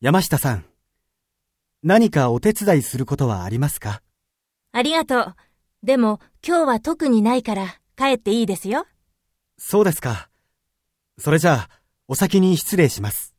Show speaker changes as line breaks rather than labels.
山下さん。何かお手伝いすることはありますか
ありがとう。でも、今日は特にないから、帰っていいですよ。
そうですか。それじゃあ、お先に失礼します。